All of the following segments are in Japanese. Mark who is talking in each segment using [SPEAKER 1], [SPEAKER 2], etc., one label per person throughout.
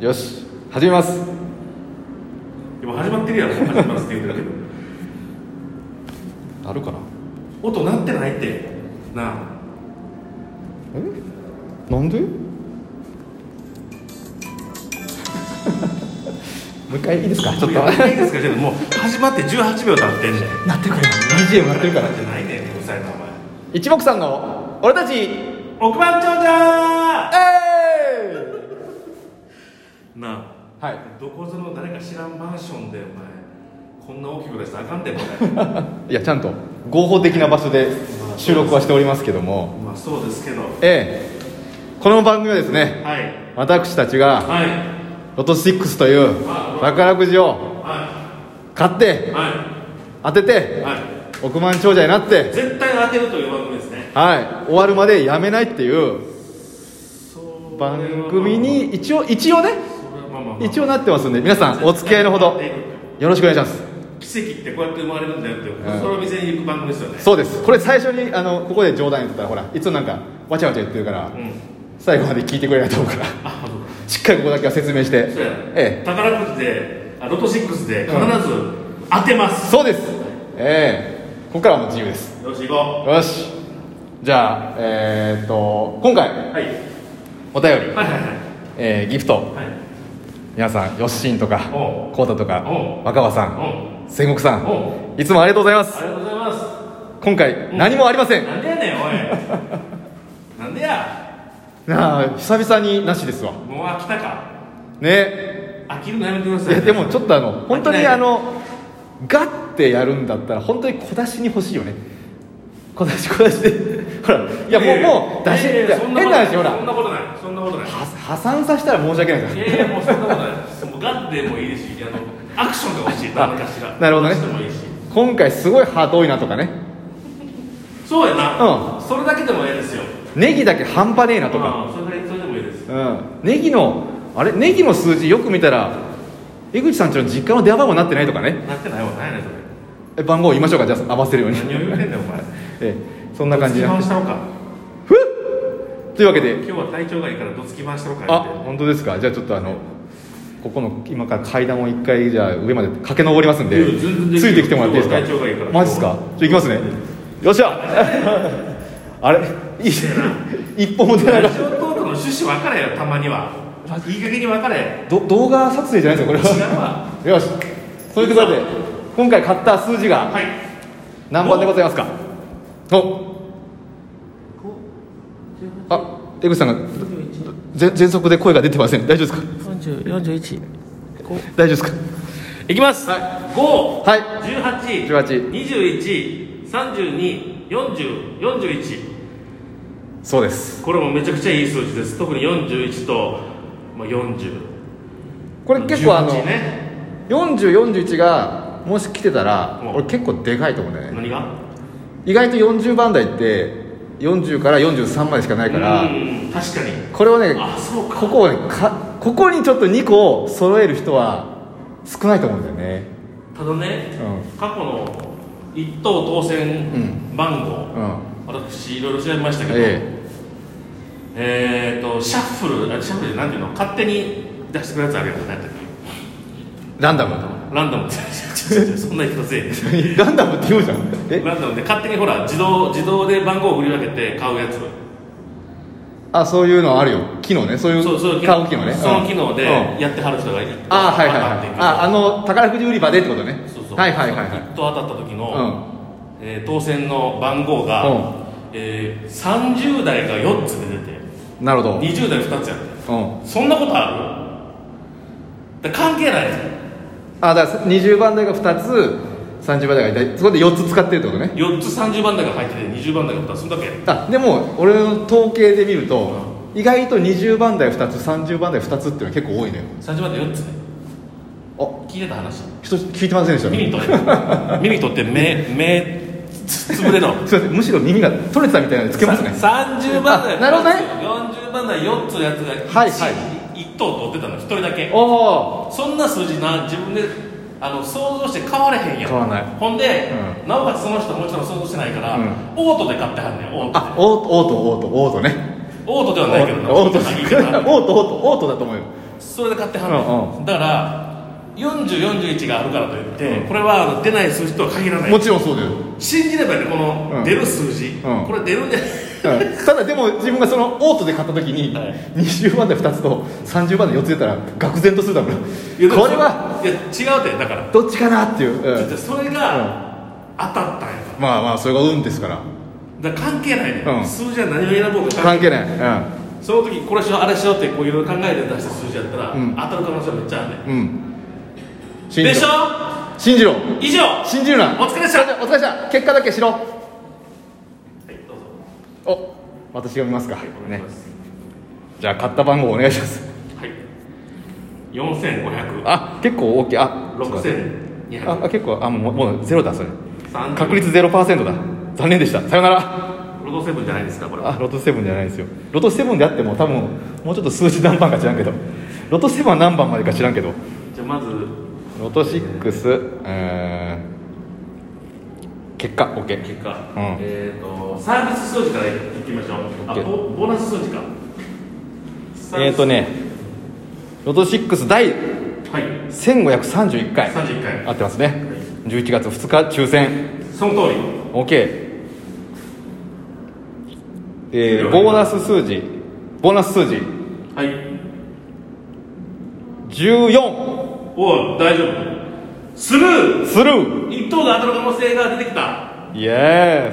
[SPEAKER 1] よし始めます
[SPEAKER 2] でも始まってるやろ始まって言ってるけど
[SPEAKER 1] なるかな
[SPEAKER 2] 音鳴ってないってなあ
[SPEAKER 1] えなんで もう一回いいですかちょっと
[SPEAKER 2] やっていいですかけどもう始まって18秒経ってんねん
[SPEAKER 1] なってるから BGM なってるから
[SPEAKER 2] じゃないねんうるさいなお前
[SPEAKER 1] 一目散の俺たちえ
[SPEAKER 2] 億万長者
[SPEAKER 1] ー
[SPEAKER 2] なあ
[SPEAKER 1] はい
[SPEAKER 2] どこぞの誰か知らんマンションでお前こんな大きく出したらあかんでこ
[SPEAKER 1] いやちゃんと合法的な場所で収録はしておりますけども
[SPEAKER 2] れまあそうですけど
[SPEAKER 1] ええこの番組はですね
[SPEAKER 2] はい
[SPEAKER 1] 私たちが
[SPEAKER 2] はい
[SPEAKER 1] ロト6という宝くじを
[SPEAKER 2] は
[SPEAKER 1] 買っ
[SPEAKER 2] い
[SPEAKER 1] て
[SPEAKER 2] は
[SPEAKER 1] 当て
[SPEAKER 2] い
[SPEAKER 1] て
[SPEAKER 2] は
[SPEAKER 1] 億万長者になって
[SPEAKER 2] い絶対当てるという番組ですね
[SPEAKER 1] はい、終わるまでやめないっていう
[SPEAKER 2] そう
[SPEAKER 1] 番組に一応一応ね
[SPEAKER 2] まあまあまあ
[SPEAKER 1] 一応なってますんで皆さんお付き合いのほどよろしくお願いします
[SPEAKER 2] 奇跡ってこうやって生まれるんだよって、
[SPEAKER 1] ん
[SPEAKER 2] その店に行く番組ですよね
[SPEAKER 1] そうですこれ最初にあのここで冗談言ってたらほらいつもなんかわちゃわちゃ言ってるから、
[SPEAKER 2] うん
[SPEAKER 1] 最後まで聞いてくれないと思うから
[SPEAKER 2] あそうか
[SPEAKER 1] しっかりここだけは説明して
[SPEAKER 2] そうや、
[SPEAKER 1] ええ
[SPEAKER 2] 宝くじであロト6で必ず当てます、
[SPEAKER 1] そうですええここからはもう自由です
[SPEAKER 2] よし行こ
[SPEAKER 1] よしじゃあえー、っと今
[SPEAKER 2] う
[SPEAKER 1] 回
[SPEAKER 2] はい
[SPEAKER 1] お便り、
[SPEAKER 2] はいはい
[SPEAKER 1] えーギフト
[SPEAKER 2] はいはい
[SPEAKER 1] 皆さんよっしんとか
[SPEAKER 2] おう
[SPEAKER 1] こうたとか
[SPEAKER 2] おう
[SPEAKER 1] 若葉さ
[SPEAKER 2] うんん
[SPEAKER 1] 千石さん
[SPEAKER 2] お
[SPEAKER 1] いつもありがとうございま
[SPEAKER 2] あ
[SPEAKER 1] す
[SPEAKER 2] りがとうございま
[SPEAKER 1] 今回何もありませ
[SPEAKER 2] す
[SPEAKER 1] ん、
[SPEAKER 2] なんでやねんおい なんでや
[SPEAKER 1] なあ久々になしですわ
[SPEAKER 2] もう飽きたか
[SPEAKER 1] ね
[SPEAKER 2] 飽きるのやめてくだ
[SPEAKER 1] い
[SPEAKER 2] さい
[SPEAKER 1] やでもちょっとあの本当
[SPEAKER 2] 飽き
[SPEAKER 1] に
[SPEAKER 2] ない
[SPEAKER 1] あのガッてやるんだったら本当に小出しに欲しいよね小出し小出しで ほらいやもうもう出し
[SPEAKER 2] いやい
[SPEAKER 1] い
[SPEAKER 2] や
[SPEAKER 1] や
[SPEAKER 2] そ
[SPEAKER 1] 変
[SPEAKER 2] ん
[SPEAKER 1] な
[SPEAKER 2] ことい
[SPEAKER 1] 話ほら
[SPEAKER 2] そんなことないそんなことない
[SPEAKER 1] は破産させたら申し訳ないか
[SPEAKER 2] い
[SPEAKER 1] ら
[SPEAKER 2] やいやもうそんなことないですもうガッでもいいしあのアクションが欲しい何かしら
[SPEAKER 1] なるほどね
[SPEAKER 2] 出してもいいし
[SPEAKER 1] 今回すごいハート多いなとかね
[SPEAKER 2] そうやな、
[SPEAKER 1] う
[SPEAKER 2] それだけでもいいですよ
[SPEAKER 1] ネギだけ半端ねえなとか
[SPEAKER 2] ああそれだけそれでもいいです
[SPEAKER 1] うんネギのあれネギの数字よく見たら江口さんちの実家の電話番号になってないとかね
[SPEAKER 2] なってないわ何やねんそれ
[SPEAKER 1] え番号を言いましょうかじゃあ合わせるように
[SPEAKER 2] 何を言うてんだよお前
[SPEAKER 1] ええそんな感じ
[SPEAKER 2] ど
[SPEAKER 1] で
[SPEAKER 2] つき回したのか
[SPEAKER 1] ふっというわけで
[SPEAKER 2] 今日は体調がいいからどつき回したのか
[SPEAKER 1] あ
[SPEAKER 2] 言うて
[SPEAKER 1] 本当ですかじゃあちょっとあのここの今から階段を一回じゃあ上まで駆け上りますんで
[SPEAKER 2] いや全然できる
[SPEAKER 1] ついてきてもらっていいですか
[SPEAKER 2] 今日は体調がいいから
[SPEAKER 1] マジっすかじゃあ行きますねよっしゃあれいい一歩も出な
[SPEAKER 2] ラ
[SPEAKER 1] い
[SPEAKER 2] ジオトークの趣旨分からへんよたまにはいい加減に分からへん
[SPEAKER 1] ど動画撮影じゃないですかこれ
[SPEAKER 2] 違
[SPEAKER 1] は
[SPEAKER 2] うわ
[SPEAKER 1] よしそういうことで今回買った数字が
[SPEAKER 2] はい
[SPEAKER 1] 何番でございますかおあ江口さんがぜ全速で声が出てません大丈夫ですか大丈夫ですか
[SPEAKER 2] いきます、五、
[SPEAKER 1] はい
[SPEAKER 2] 十八、
[SPEAKER 1] 18
[SPEAKER 2] 二十一、三十二、四十、四十一。
[SPEAKER 1] そうです
[SPEAKER 2] これもめちゃくちゃいい数字です。特に四十一と、まあ四十。
[SPEAKER 1] これ結構あの、
[SPEAKER 2] 18ね、
[SPEAKER 1] 4041がもし来てたら
[SPEAKER 2] うん
[SPEAKER 1] 俺結構でかいと思うんだよね
[SPEAKER 2] 何が？
[SPEAKER 1] 意外と40番台って40から43までしかないから
[SPEAKER 2] うん確かに。
[SPEAKER 1] これをね
[SPEAKER 2] あそうか
[SPEAKER 1] ここをねかここにちょっと2個を揃える人は少ないと思うんだよね
[SPEAKER 2] ただ
[SPEAKER 1] う
[SPEAKER 2] ね、
[SPEAKER 1] ん
[SPEAKER 2] 過去の一等当選番号、
[SPEAKER 1] うん
[SPEAKER 2] 私いろいろ調べましたけど、
[SPEAKER 1] え
[SPEAKER 2] えーとシャッフルあシャッフルなんていうの勝手に出してくるやつあるやつ何やったっ
[SPEAKER 1] えランダム
[SPEAKER 2] けランダムちょちょちょ そんな人せえへ
[SPEAKER 1] ランダムって言うじゃんえ
[SPEAKER 2] んランダムで勝手にほら自動自動で番号を振り分けて買うやつ
[SPEAKER 1] あそういうのあるよ機能ねそういう
[SPEAKER 2] そうそう
[SPEAKER 1] 買う機能ね
[SPEAKER 2] その機能で
[SPEAKER 1] うんうん
[SPEAKER 2] やってはる人がいる
[SPEAKER 1] あはいはいはいああ
[SPEAKER 2] の
[SPEAKER 1] の宝くじ売り場でってことね
[SPEAKER 2] そうそう
[SPEAKER 1] はいはいはいはい
[SPEAKER 2] 一等当たった時
[SPEAKER 1] う
[SPEAKER 2] の、
[SPEAKER 1] ん
[SPEAKER 2] えー当選の番号が、
[SPEAKER 1] うん
[SPEAKER 2] えー、30代が4つで出て
[SPEAKER 1] なるほ
[SPEAKER 2] 20代2つやって
[SPEAKER 1] どうん
[SPEAKER 2] そんなことあるだから関係ない
[SPEAKER 1] あだから20番台が2つ30番台が1そこで4つ使ってるってことね
[SPEAKER 2] 4つ30番台が入ってて20番台が2つそんだけ
[SPEAKER 1] あでも俺の統計で見ると意外と20番台2つ30番台2つっていうのは結構多いのよ
[SPEAKER 2] 30番台4つね
[SPEAKER 1] あ
[SPEAKER 2] 聞いてた話
[SPEAKER 1] 一つ聞いてませんでした
[SPEAKER 2] 耳
[SPEAKER 1] す
[SPEAKER 2] に取って 耳に取って目目つつぶれろ
[SPEAKER 1] いませんむしろ耳が取れてたみたいなのでつけます ね
[SPEAKER 2] 30番台
[SPEAKER 1] あなるほどね
[SPEAKER 2] 40番台4つのやつが 1,、
[SPEAKER 1] はいはい
[SPEAKER 2] 1等取ってたの1人だけ
[SPEAKER 1] おお
[SPEAKER 2] そんな数字な自分であの想像して変われへんやん
[SPEAKER 1] 変わらない
[SPEAKER 2] ほんで、なおかつその人はもちろん想像してないから、
[SPEAKER 1] うん
[SPEAKER 2] オートで買ってはんねんオートで
[SPEAKER 1] あオートオートオートオートね
[SPEAKER 2] オートでは
[SPEAKER 1] オ
[SPEAKER 2] ないけど
[SPEAKER 1] ー
[SPEAKER 2] な
[SPEAKER 1] トオートオートオ
[SPEAKER 2] 言い方
[SPEAKER 1] ートオートだと思うよ
[SPEAKER 2] それで買ってはんねん
[SPEAKER 1] う
[SPEAKER 2] だから4041があるからといって、
[SPEAKER 1] うん
[SPEAKER 2] これはあの出ない数字とは限らない
[SPEAKER 1] もちろんそうだよ、
[SPEAKER 2] 信じればねこの、
[SPEAKER 1] うん
[SPEAKER 2] 出る数字、
[SPEAKER 1] うん
[SPEAKER 2] これ出るね
[SPEAKER 1] うんただでも自分がそのオートで買った時に
[SPEAKER 2] はい
[SPEAKER 1] 20番で2つと30番で4つ出たら愕然とするだろう
[SPEAKER 2] いやでも
[SPEAKER 1] これはい
[SPEAKER 2] や違うってだから
[SPEAKER 1] どっちかなっていう、うん
[SPEAKER 2] だってそれが当たったんやか
[SPEAKER 1] まあまあそれが運ですから
[SPEAKER 2] らだから関係ないね、
[SPEAKER 1] うん
[SPEAKER 2] 数字は何を選ぼうか
[SPEAKER 1] 関係ない、うん
[SPEAKER 2] その時これしようあれしようってこういろいろ考えて出した数字やったら、
[SPEAKER 1] うん
[SPEAKER 2] 当たる可能性はめっちゃあるね
[SPEAKER 1] うん信
[SPEAKER 2] で
[SPEAKER 1] じ
[SPEAKER 2] し
[SPEAKER 1] ろ
[SPEAKER 2] ょ
[SPEAKER 1] 信じろ
[SPEAKER 2] 以上は
[SPEAKER 1] 信じるな
[SPEAKER 2] お疲れっした
[SPEAKER 1] お疲れっした結果だけしろ
[SPEAKER 2] いどうぞ
[SPEAKER 1] お私読みますか、
[SPEAKER 2] お願い
[SPEAKER 1] ね
[SPEAKER 2] しま、す、
[SPEAKER 1] じゃあ買った番号お願いします
[SPEAKER 2] はい4500
[SPEAKER 1] あ結構大きいああ
[SPEAKER 2] 6200
[SPEAKER 1] あ結構あもうもうゼロだそれ
[SPEAKER 2] 30
[SPEAKER 1] 確率ゼロパーセントだ残念でしたさよなら
[SPEAKER 2] ロドセブンじゃないですかこれは
[SPEAKER 1] あロトセブンじゃないですよロトセブンであっても多分もうちょっと数字何番か知らんけどロトセブンは何番までか知らんけど
[SPEAKER 2] じゃあまず
[SPEAKER 1] ロト6うーん結果 OK
[SPEAKER 2] 結果、
[SPEAKER 1] うん
[SPEAKER 2] えっ、とサービス数字からいきましょうあ
[SPEAKER 1] OK
[SPEAKER 2] ボボーナス数字か
[SPEAKER 1] えっ、ー、とねロト6第
[SPEAKER 2] はい
[SPEAKER 1] 1531回
[SPEAKER 2] 31回
[SPEAKER 1] 合ってますね11月2日抽選
[SPEAKER 2] その通り
[SPEAKER 1] OK えー、ボーナス数字ボーナス数字
[SPEAKER 2] はい
[SPEAKER 1] 14
[SPEAKER 2] おい大丈夫スルー
[SPEAKER 1] スルー
[SPEAKER 2] 一等が当たる可能性が出てきた
[SPEAKER 1] イエー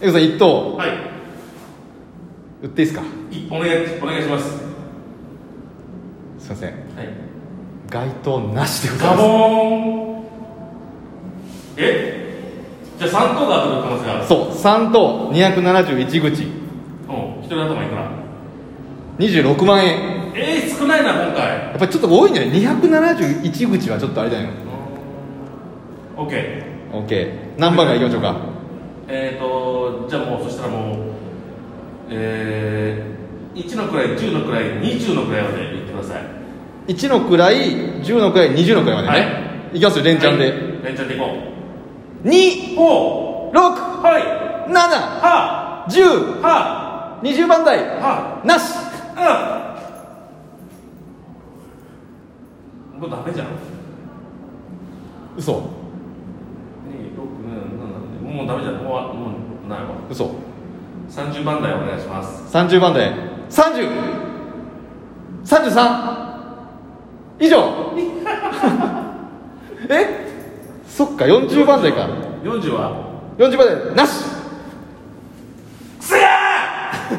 [SPEAKER 1] スエグさん1等
[SPEAKER 2] はい
[SPEAKER 1] 売っていいですか
[SPEAKER 2] いお願いお願いします
[SPEAKER 1] すいません
[SPEAKER 2] はい
[SPEAKER 1] 該当なしでござ
[SPEAKER 2] ガ
[SPEAKER 1] いま
[SPEAKER 2] ボーンえじゃあ3等が当たる可能性がある
[SPEAKER 1] すそう3等271口
[SPEAKER 2] うん一人頭いくら
[SPEAKER 1] 26万円
[SPEAKER 2] えー、少ないな今回
[SPEAKER 1] やっぱりちょっと多いんじゃない271口はちょっとあれだよ
[SPEAKER 2] OK
[SPEAKER 1] OK 何番からいきましょうか
[SPEAKER 2] えーとじゃあもうそしたらもうえー、1の位10の位20の位まで言ってください
[SPEAKER 1] 1の位10の位20の位までね、い、きますよ連チャンで、
[SPEAKER 2] はい連チャンでいこ
[SPEAKER 1] 2
[SPEAKER 2] うおお
[SPEAKER 1] 6
[SPEAKER 2] はい
[SPEAKER 1] 7
[SPEAKER 2] は
[SPEAKER 1] 10
[SPEAKER 2] は
[SPEAKER 1] 20番台
[SPEAKER 2] は
[SPEAKER 1] なし
[SPEAKER 2] うんもうダメじゃん
[SPEAKER 1] 嘘
[SPEAKER 2] 267もうダメじゃんもうあもうないわ
[SPEAKER 1] 嘘
[SPEAKER 2] 30番台お願いします
[SPEAKER 1] 30番台3033以上 えそっか40番台か
[SPEAKER 2] 40は
[SPEAKER 1] 40番台なし
[SPEAKER 2] く せやー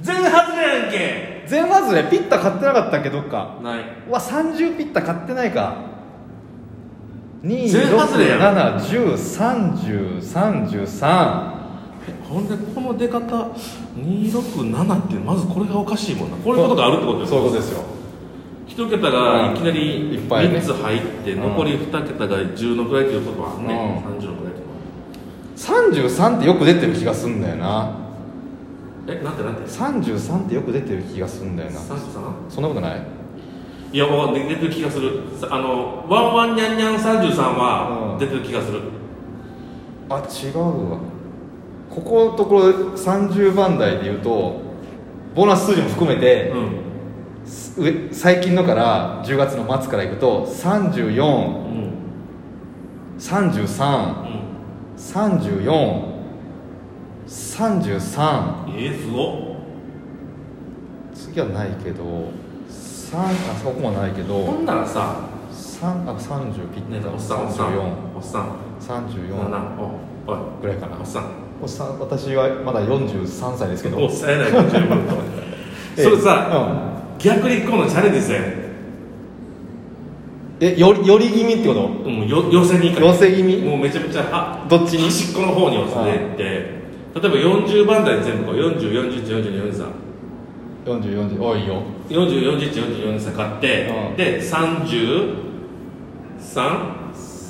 [SPEAKER 2] 全外れやんけ
[SPEAKER 1] 全外れピッタ買ってなかったっけどっか
[SPEAKER 2] ないう
[SPEAKER 1] わ30ピッタ買ってないか
[SPEAKER 2] 全外れやん
[SPEAKER 1] 267103033
[SPEAKER 2] ほんでこの出方267ってまずこれがおかしいもんなこういうことがあるってことです
[SPEAKER 1] そういうことですよ
[SPEAKER 2] 一桁がいきなり
[SPEAKER 1] うんいっぱいね
[SPEAKER 2] 3つ入って、
[SPEAKER 1] うん
[SPEAKER 2] 残り2桁が10のくらいということはあんね、
[SPEAKER 1] う
[SPEAKER 2] 30のくらいというこ
[SPEAKER 1] 33ってよく出てる気がすんだよな
[SPEAKER 2] とはえなんてなんて
[SPEAKER 1] 33ってよく出てる気がすんだよな
[SPEAKER 2] 33?
[SPEAKER 1] そんなことない
[SPEAKER 2] いやもう出てる気がするさあのワンワンニャンニャン33
[SPEAKER 1] う
[SPEAKER 2] は
[SPEAKER 1] ん
[SPEAKER 2] 出てる気がする、
[SPEAKER 1] あ違うわここのところ30番台で言うとボーナス数字も含めて
[SPEAKER 2] う、ん
[SPEAKER 1] す上最近のから10月の末からいくと3433
[SPEAKER 2] うんうん
[SPEAKER 1] 34 33
[SPEAKER 2] えー、すごっ
[SPEAKER 1] 次はないけど3あそこもないけ
[SPEAKER 2] ほ
[SPEAKER 1] ど
[SPEAKER 2] んならさ、
[SPEAKER 1] 3あ30ピッ
[SPEAKER 2] ねえ
[SPEAKER 1] タ
[SPEAKER 2] おっさんおっさんおっさんなん
[SPEAKER 1] 3434
[SPEAKER 2] なんおおい
[SPEAKER 1] ぐらいかな
[SPEAKER 2] おっさん
[SPEAKER 1] おっさん私はまだ43歳ですけど
[SPEAKER 2] おっさんやないか十分 とそれさ、逆に今度チャレンジせん
[SPEAKER 1] え,、うん、えよりより気味ってこと
[SPEAKER 2] もうよ寄せに行かない
[SPEAKER 1] 寄せ気味
[SPEAKER 2] もうめちゃめちゃあ
[SPEAKER 1] どっちに
[SPEAKER 2] 端っこの方に寄せてって例えば40番台全部こう40414243
[SPEAKER 1] 4040多いよ
[SPEAKER 2] 40414243買って、
[SPEAKER 1] うん
[SPEAKER 2] で33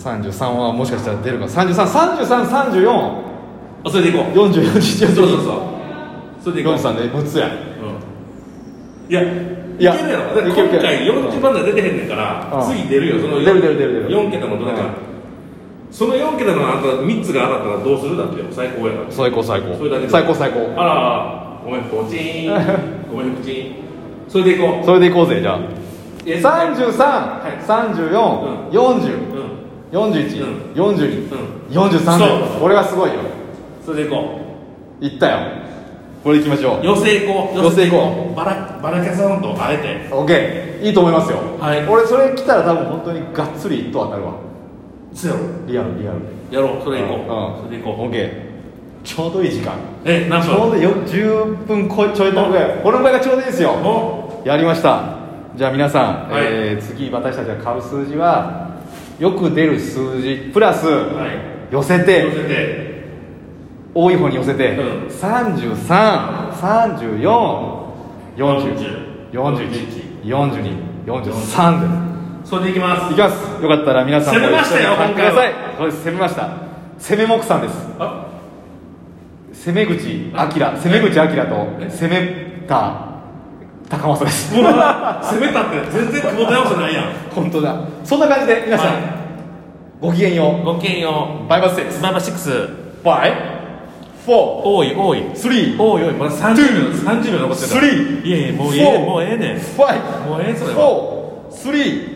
[SPEAKER 1] 33はもしかしたら出るか3333344040
[SPEAKER 2] あそれでいこうそうそうそうそれでいこう、
[SPEAKER 1] 43で6つや
[SPEAKER 2] うん、いやい
[SPEAKER 1] いや
[SPEAKER 2] けるやろだって
[SPEAKER 1] いけるいけ
[SPEAKER 2] 今
[SPEAKER 1] る
[SPEAKER 2] 回40番台出てへんねんから、
[SPEAKER 1] うん
[SPEAKER 2] 次出るよその
[SPEAKER 1] 出る出る出る出る
[SPEAKER 2] 4桁のどれか、
[SPEAKER 1] うん
[SPEAKER 2] その4桁のあと3つがあったらどうするだってよ最高やから
[SPEAKER 1] 最高最高
[SPEAKER 2] それだけで
[SPEAKER 1] 最高最高
[SPEAKER 2] あら、ごめん、ポチーン。ごめん、ポチーン。それでいこう
[SPEAKER 1] それでいこうぜじゃあ
[SPEAKER 2] えはい
[SPEAKER 1] 3334404041、
[SPEAKER 2] うん
[SPEAKER 1] 42、43
[SPEAKER 2] うんそう
[SPEAKER 1] で俺はすごいよ
[SPEAKER 2] それでいこ
[SPEAKER 1] いったよこれいきましょ
[SPEAKER 2] う寄せいこう
[SPEAKER 1] 寄せいこ
[SPEAKER 2] うバラバラキャサウンドあえて
[SPEAKER 1] う OK いいと思いますよ、
[SPEAKER 2] はい
[SPEAKER 1] 俺それ来たら多分本当にがっつり一頭当たるわ
[SPEAKER 2] そうやろ
[SPEAKER 1] リアルリアル
[SPEAKER 2] やろうそれでいこう、
[SPEAKER 1] うん
[SPEAKER 2] それでいこう、
[SPEAKER 1] OK ちょうどいい時間
[SPEAKER 2] え何
[SPEAKER 1] ちょう
[SPEAKER 2] 分
[SPEAKER 1] どよ10分こちょいとぐらいこのぐらいがちょうどいいですよ
[SPEAKER 2] お
[SPEAKER 1] やりましたじゃあ皆さん、
[SPEAKER 2] はい
[SPEAKER 1] えー次私たちが買う数字はよく出る数字プラス、
[SPEAKER 2] はい
[SPEAKER 1] 寄せ
[SPEAKER 2] 寄
[SPEAKER 1] て
[SPEAKER 2] せて
[SPEAKER 1] 多い方に寄せて、
[SPEAKER 2] うん
[SPEAKER 1] 333440414243
[SPEAKER 2] それでいきます
[SPEAKER 1] いきますよかったら皆さん
[SPEAKER 2] 攻めましたよ
[SPEAKER 1] 一緒に買ってください
[SPEAKER 2] 今
[SPEAKER 1] これ攻めました攻め目さんです
[SPEAKER 2] あ
[SPEAKER 1] 攻め口あきら攻め口あきらと攻めた高松です
[SPEAKER 2] うわ攻めたって全然久保田山じゃないやん
[SPEAKER 1] 本当だそんな感じで皆さん、
[SPEAKER 2] は
[SPEAKER 1] ごきげんよ
[SPEAKER 2] ごきげんよ
[SPEAKER 1] うバイバイセック
[SPEAKER 2] う
[SPEAKER 1] ス
[SPEAKER 2] スマイバシックス
[SPEAKER 1] バイフォー
[SPEAKER 2] 多い多い
[SPEAKER 1] スリー
[SPEAKER 2] 多い多いまだ30秒30秒残ってるか
[SPEAKER 1] ス
[SPEAKER 2] ら
[SPEAKER 1] リー
[SPEAKER 2] いやいやもう
[SPEAKER 1] フォ
[SPEAKER 2] いや
[SPEAKER 1] ー
[SPEAKER 2] もうええねん
[SPEAKER 1] ファイ
[SPEAKER 2] もうええそれ
[SPEAKER 1] ブフ
[SPEAKER 2] は
[SPEAKER 1] ォースリー